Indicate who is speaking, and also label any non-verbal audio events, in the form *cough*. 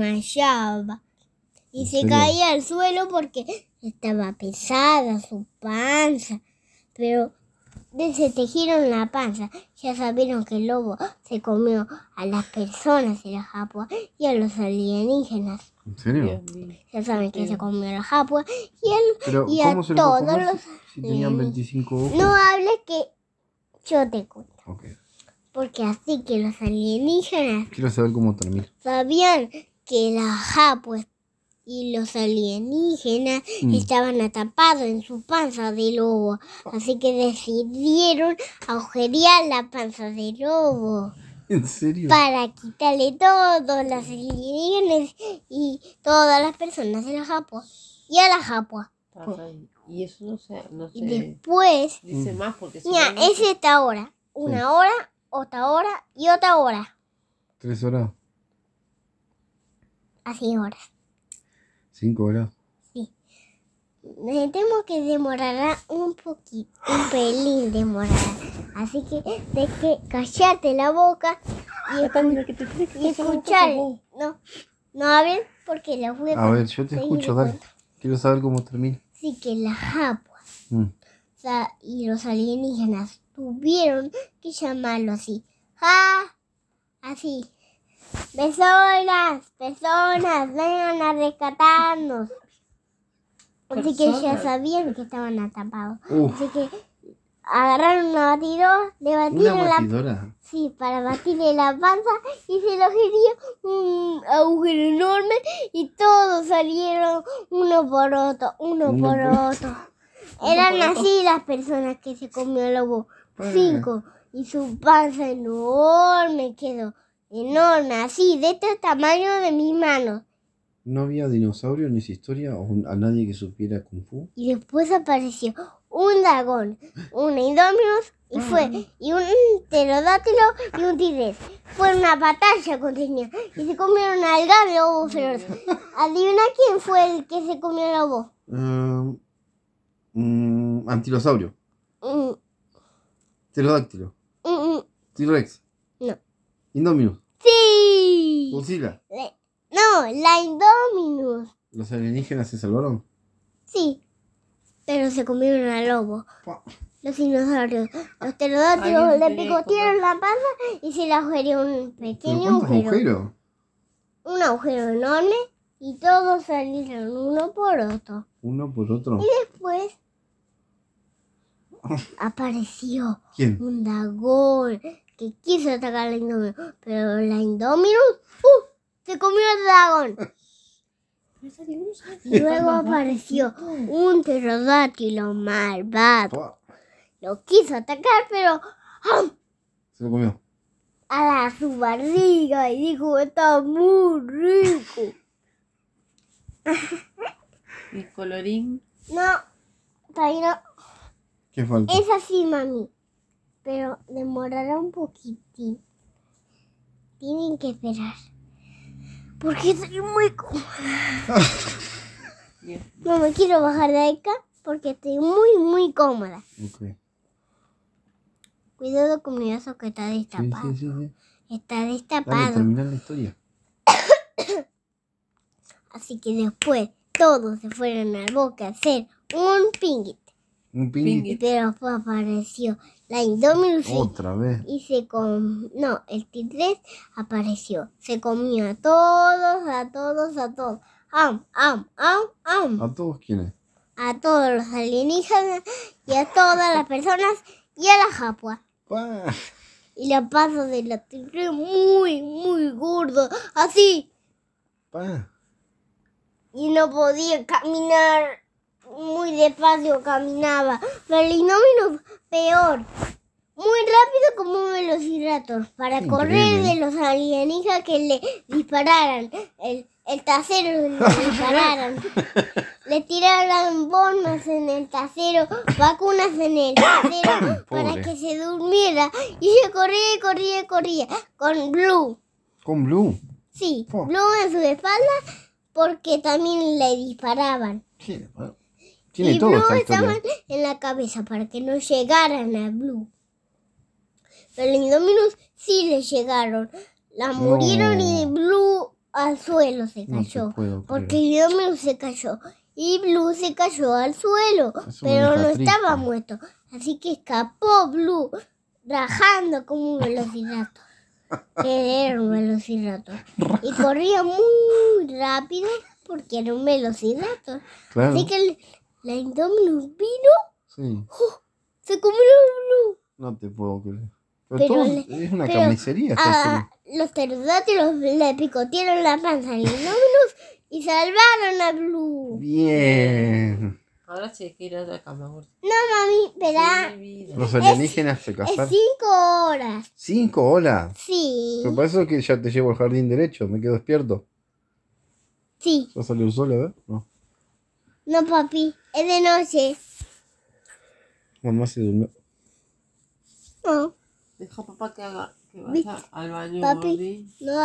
Speaker 1: desmayaba y se
Speaker 2: serio?
Speaker 1: caía al suelo porque estaba pesada su panza. Pero se tejieron la panza. Ya sabieron que el lobo se comió a las personas y las japuas y a los alienígenas.
Speaker 2: ¿En serio?
Speaker 1: Ya saben que se comió a las japuas y él.
Speaker 2: Pero
Speaker 1: Y a
Speaker 2: ¿cómo se lo va a
Speaker 1: todos
Speaker 2: comer
Speaker 1: los-
Speaker 2: si, si tenían 25 ojos?
Speaker 1: No hables que yo te cuento.
Speaker 2: Ok.
Speaker 1: Porque así que los alienígenas
Speaker 2: Quiero saber cómo termina. *laughs*
Speaker 1: sabían que las japuas y los alienígenas
Speaker 2: Mm.
Speaker 1: estaban atapados en su panza de lobo. Así que decidieron agujerear la panza de lobo
Speaker 2: ¿En serio?
Speaker 1: para quitarle todos los alienígenas y todas las personas de las japuas y a las japuas.
Speaker 3: Ajá, y- Y eso no se, Mm. no
Speaker 1: Y
Speaker 3: se
Speaker 1: después,
Speaker 3: dice más porque si
Speaker 1: mira,
Speaker 3: no, no
Speaker 1: es
Speaker 3: se-
Speaker 1: esta hora, una
Speaker 2: Sí.
Speaker 1: hora, otra hora y otra hora.
Speaker 2: ¿Tres horas?
Speaker 1: Así horas.
Speaker 2: ¿Cinco horas?
Speaker 1: Me temo que demorará un poquito, un pelín demorará. Así que de que callate la boca y,
Speaker 3: Catalina, que te tienes que
Speaker 1: y
Speaker 3: callar un poco
Speaker 1: escuchar.
Speaker 3: vos.
Speaker 1: No, no hablen porque la voy a
Speaker 2: A ver, yo te
Speaker 1: seguir
Speaker 2: escucho, dale.
Speaker 1: contando.
Speaker 2: Quiero saber cómo termina.
Speaker 1: Así que la japua
Speaker 2: Mm.
Speaker 1: o sea, y los alienígenas tuvieron que llamarlo así. ¡Ja! Así. Personas, personas, vengan a rescatarnos. Así que ya
Speaker 3: Personas.
Speaker 1: sabían que estaban atapados.
Speaker 2: Uf,
Speaker 1: Así que agarraron una batidora, le
Speaker 2: ¿Una
Speaker 1: batieron la
Speaker 2: batidora?
Speaker 1: sí, para batirle la panza y se lo hirió un agujero enorme y todos salieron uno por otro, uno
Speaker 2: Uno
Speaker 1: por
Speaker 2: por-
Speaker 1: otro. Eran
Speaker 3: por otro.
Speaker 1: así las personas que se comió el lobo.
Speaker 2: Ah.
Speaker 1: Cinco. Y su panza enorme quedó. Enorme, así, de este tamaño de mis manos.
Speaker 2: ¿No había dinosaurio en esa historia o un- a nadie que supiera Kung Fu?
Speaker 1: Y después apareció un dragón, un indóminos y fue y un pterodátilo y un tigre. Fue una batalla continua y se comieron al gran lobo feroz. Adivina quién fue el que se comió el lobo.
Speaker 2: Ah, mm, antilosaurio.
Speaker 1: Mm,
Speaker 2: Pterodáctilo.
Speaker 1: mm, mm.
Speaker 2: T-Rex.
Speaker 1: No.
Speaker 2: Indominus.
Speaker 1: Sí.
Speaker 2: Godzilla.
Speaker 1: Le- No, la indóminos.
Speaker 2: ¿Los alienígenas se salvaron?
Speaker 1: Sí. Pero se comieron al lobo.
Speaker 2: Pa.
Speaker 1: Los dinosaurios. Los pterodáctilos
Speaker 3: Alguien
Speaker 1: le
Speaker 3: tiene que
Speaker 1: picotearon la panza y se le agujereó un
Speaker 2: ¿Pero
Speaker 1: pequeño
Speaker 2: cuántos
Speaker 1: agujero.
Speaker 2: agujeros?
Speaker 1: un agujero enorme y todos salieron uno por otro.
Speaker 2: Uno por otro.
Speaker 1: Después apareció
Speaker 2: ¿Quién?
Speaker 1: un dragón que quiso atacar al Indominus, pero la Indominus ¡uh! se comió al dragón.
Speaker 3: Pero esa niña no sabe.
Speaker 1: Y luego
Speaker 3: Mamá,
Speaker 1: apareció un pterodátilo malvado.
Speaker 2: Pa,
Speaker 1: Lo quiso atacar, pero
Speaker 2: Se lo comió.
Speaker 1: a la su barriga y dijo, está muy rico.
Speaker 3: Y colorín.
Speaker 1: No, todavía no.
Speaker 2: ¿Qué falta?
Speaker 1: Es así, mami. Pero demorará un poquitín. Tienen que esperar. Porque estoy muy cómoda.
Speaker 3: bien.
Speaker 1: No me quiero bajar de acá porque estoy muy, muy cómoda.
Speaker 2: Ok. Sí,
Speaker 1: Cuidado con mi oso que está
Speaker 2: sí,
Speaker 1: destapado.
Speaker 2: sí, sí.
Speaker 1: Está
Speaker 2: Dale,
Speaker 1: destapado.
Speaker 2: terminar la historia.
Speaker 1: Así que después todos se fueron al bosque a hacer un pinguit.
Speaker 2: Un pingui.
Speaker 3: Pingui.
Speaker 1: Pero después apareció la Indominus y
Speaker 2: Otra vez.
Speaker 1: y se com no el titrés apareció se comió a todos a todos a todos am am am am
Speaker 2: ¿A todos quiénes?
Speaker 1: a todos los alienígenas y a todas las personas y a la japua
Speaker 2: Pa.
Speaker 1: y la paso de la titrés muy muy gordo así
Speaker 2: Pa.
Speaker 1: y no podía caminar muy despacio caminaba pero el inómino peor muy rápido como un velociraptor para
Speaker 2: Increíble.
Speaker 1: correr de los alienígenas que le dispararan el, el trasero le
Speaker 2: *laughs*
Speaker 1: dispararan le tiraran bombas en el trasero vacunas en el trasero
Speaker 2: *coughs*
Speaker 1: para
Speaker 2: Pobre.
Speaker 1: que se durmiera y ella corría y corría y corría con Blue
Speaker 2: Con Blue.
Speaker 1: Sí,
Speaker 2: Po.
Speaker 1: Blue en su espalda porque también le disparaban.
Speaker 2: Tiene, pa. Tiene
Speaker 1: y
Speaker 2: todo
Speaker 1: Blue
Speaker 2: esta
Speaker 1: estaban
Speaker 2: historia.
Speaker 1: en la cabeza para que no llegaran a Blue. Pero los Indominus sí le llegaron. La murieron y Blue al suelo se
Speaker 2: No te
Speaker 1: cayó.
Speaker 2: puedo creer.
Speaker 1: Porque Indominus se cayó y Blue se cayó al suelo,
Speaker 2: Es una
Speaker 1: pero
Speaker 2: hija
Speaker 1: no
Speaker 2: triste.
Speaker 1: estaba muerto. Así que escapó Blue, rajando como un velociraptor. Que era un velociraptor. Y corría muy rápido porque era un velociraptor.
Speaker 2: Claro.
Speaker 1: Así que el- la Indominus vino,
Speaker 2: Sí.
Speaker 1: se comió a Blue.
Speaker 2: No te puedo creer. Pero,
Speaker 1: Pero
Speaker 2: todo
Speaker 1: le-
Speaker 2: es una
Speaker 1: pero
Speaker 2: carnicería esta
Speaker 1: Ah, los pterodáctilos le picotearon la panza al Indominus y salvaron a
Speaker 2: serie.
Speaker 1: Blue.
Speaker 2: Bien.
Speaker 3: Ahora sí hay que ir a la cama, gordo.
Speaker 1: No, mami, ah, verá.
Speaker 3: Mi vida.
Speaker 2: Los alienígenas se
Speaker 1: Es
Speaker 2: casaron.
Speaker 1: cinco horas.
Speaker 2: Cinco horas.
Speaker 1: Sí.
Speaker 2: Pero para eso es que ya te llevo al jardín derecho, me quedo despierto.
Speaker 1: Sí.
Speaker 2: ¿Va a salir un sol a ver? No.
Speaker 1: No, papi. Es de noche.
Speaker 2: Mamá se durmió.
Speaker 1: No.
Speaker 3: Deja a papá que haga, que
Speaker 1: Viste,
Speaker 3: vaya al baño,
Speaker 1: papi.
Speaker 3: gordi.
Speaker 1: No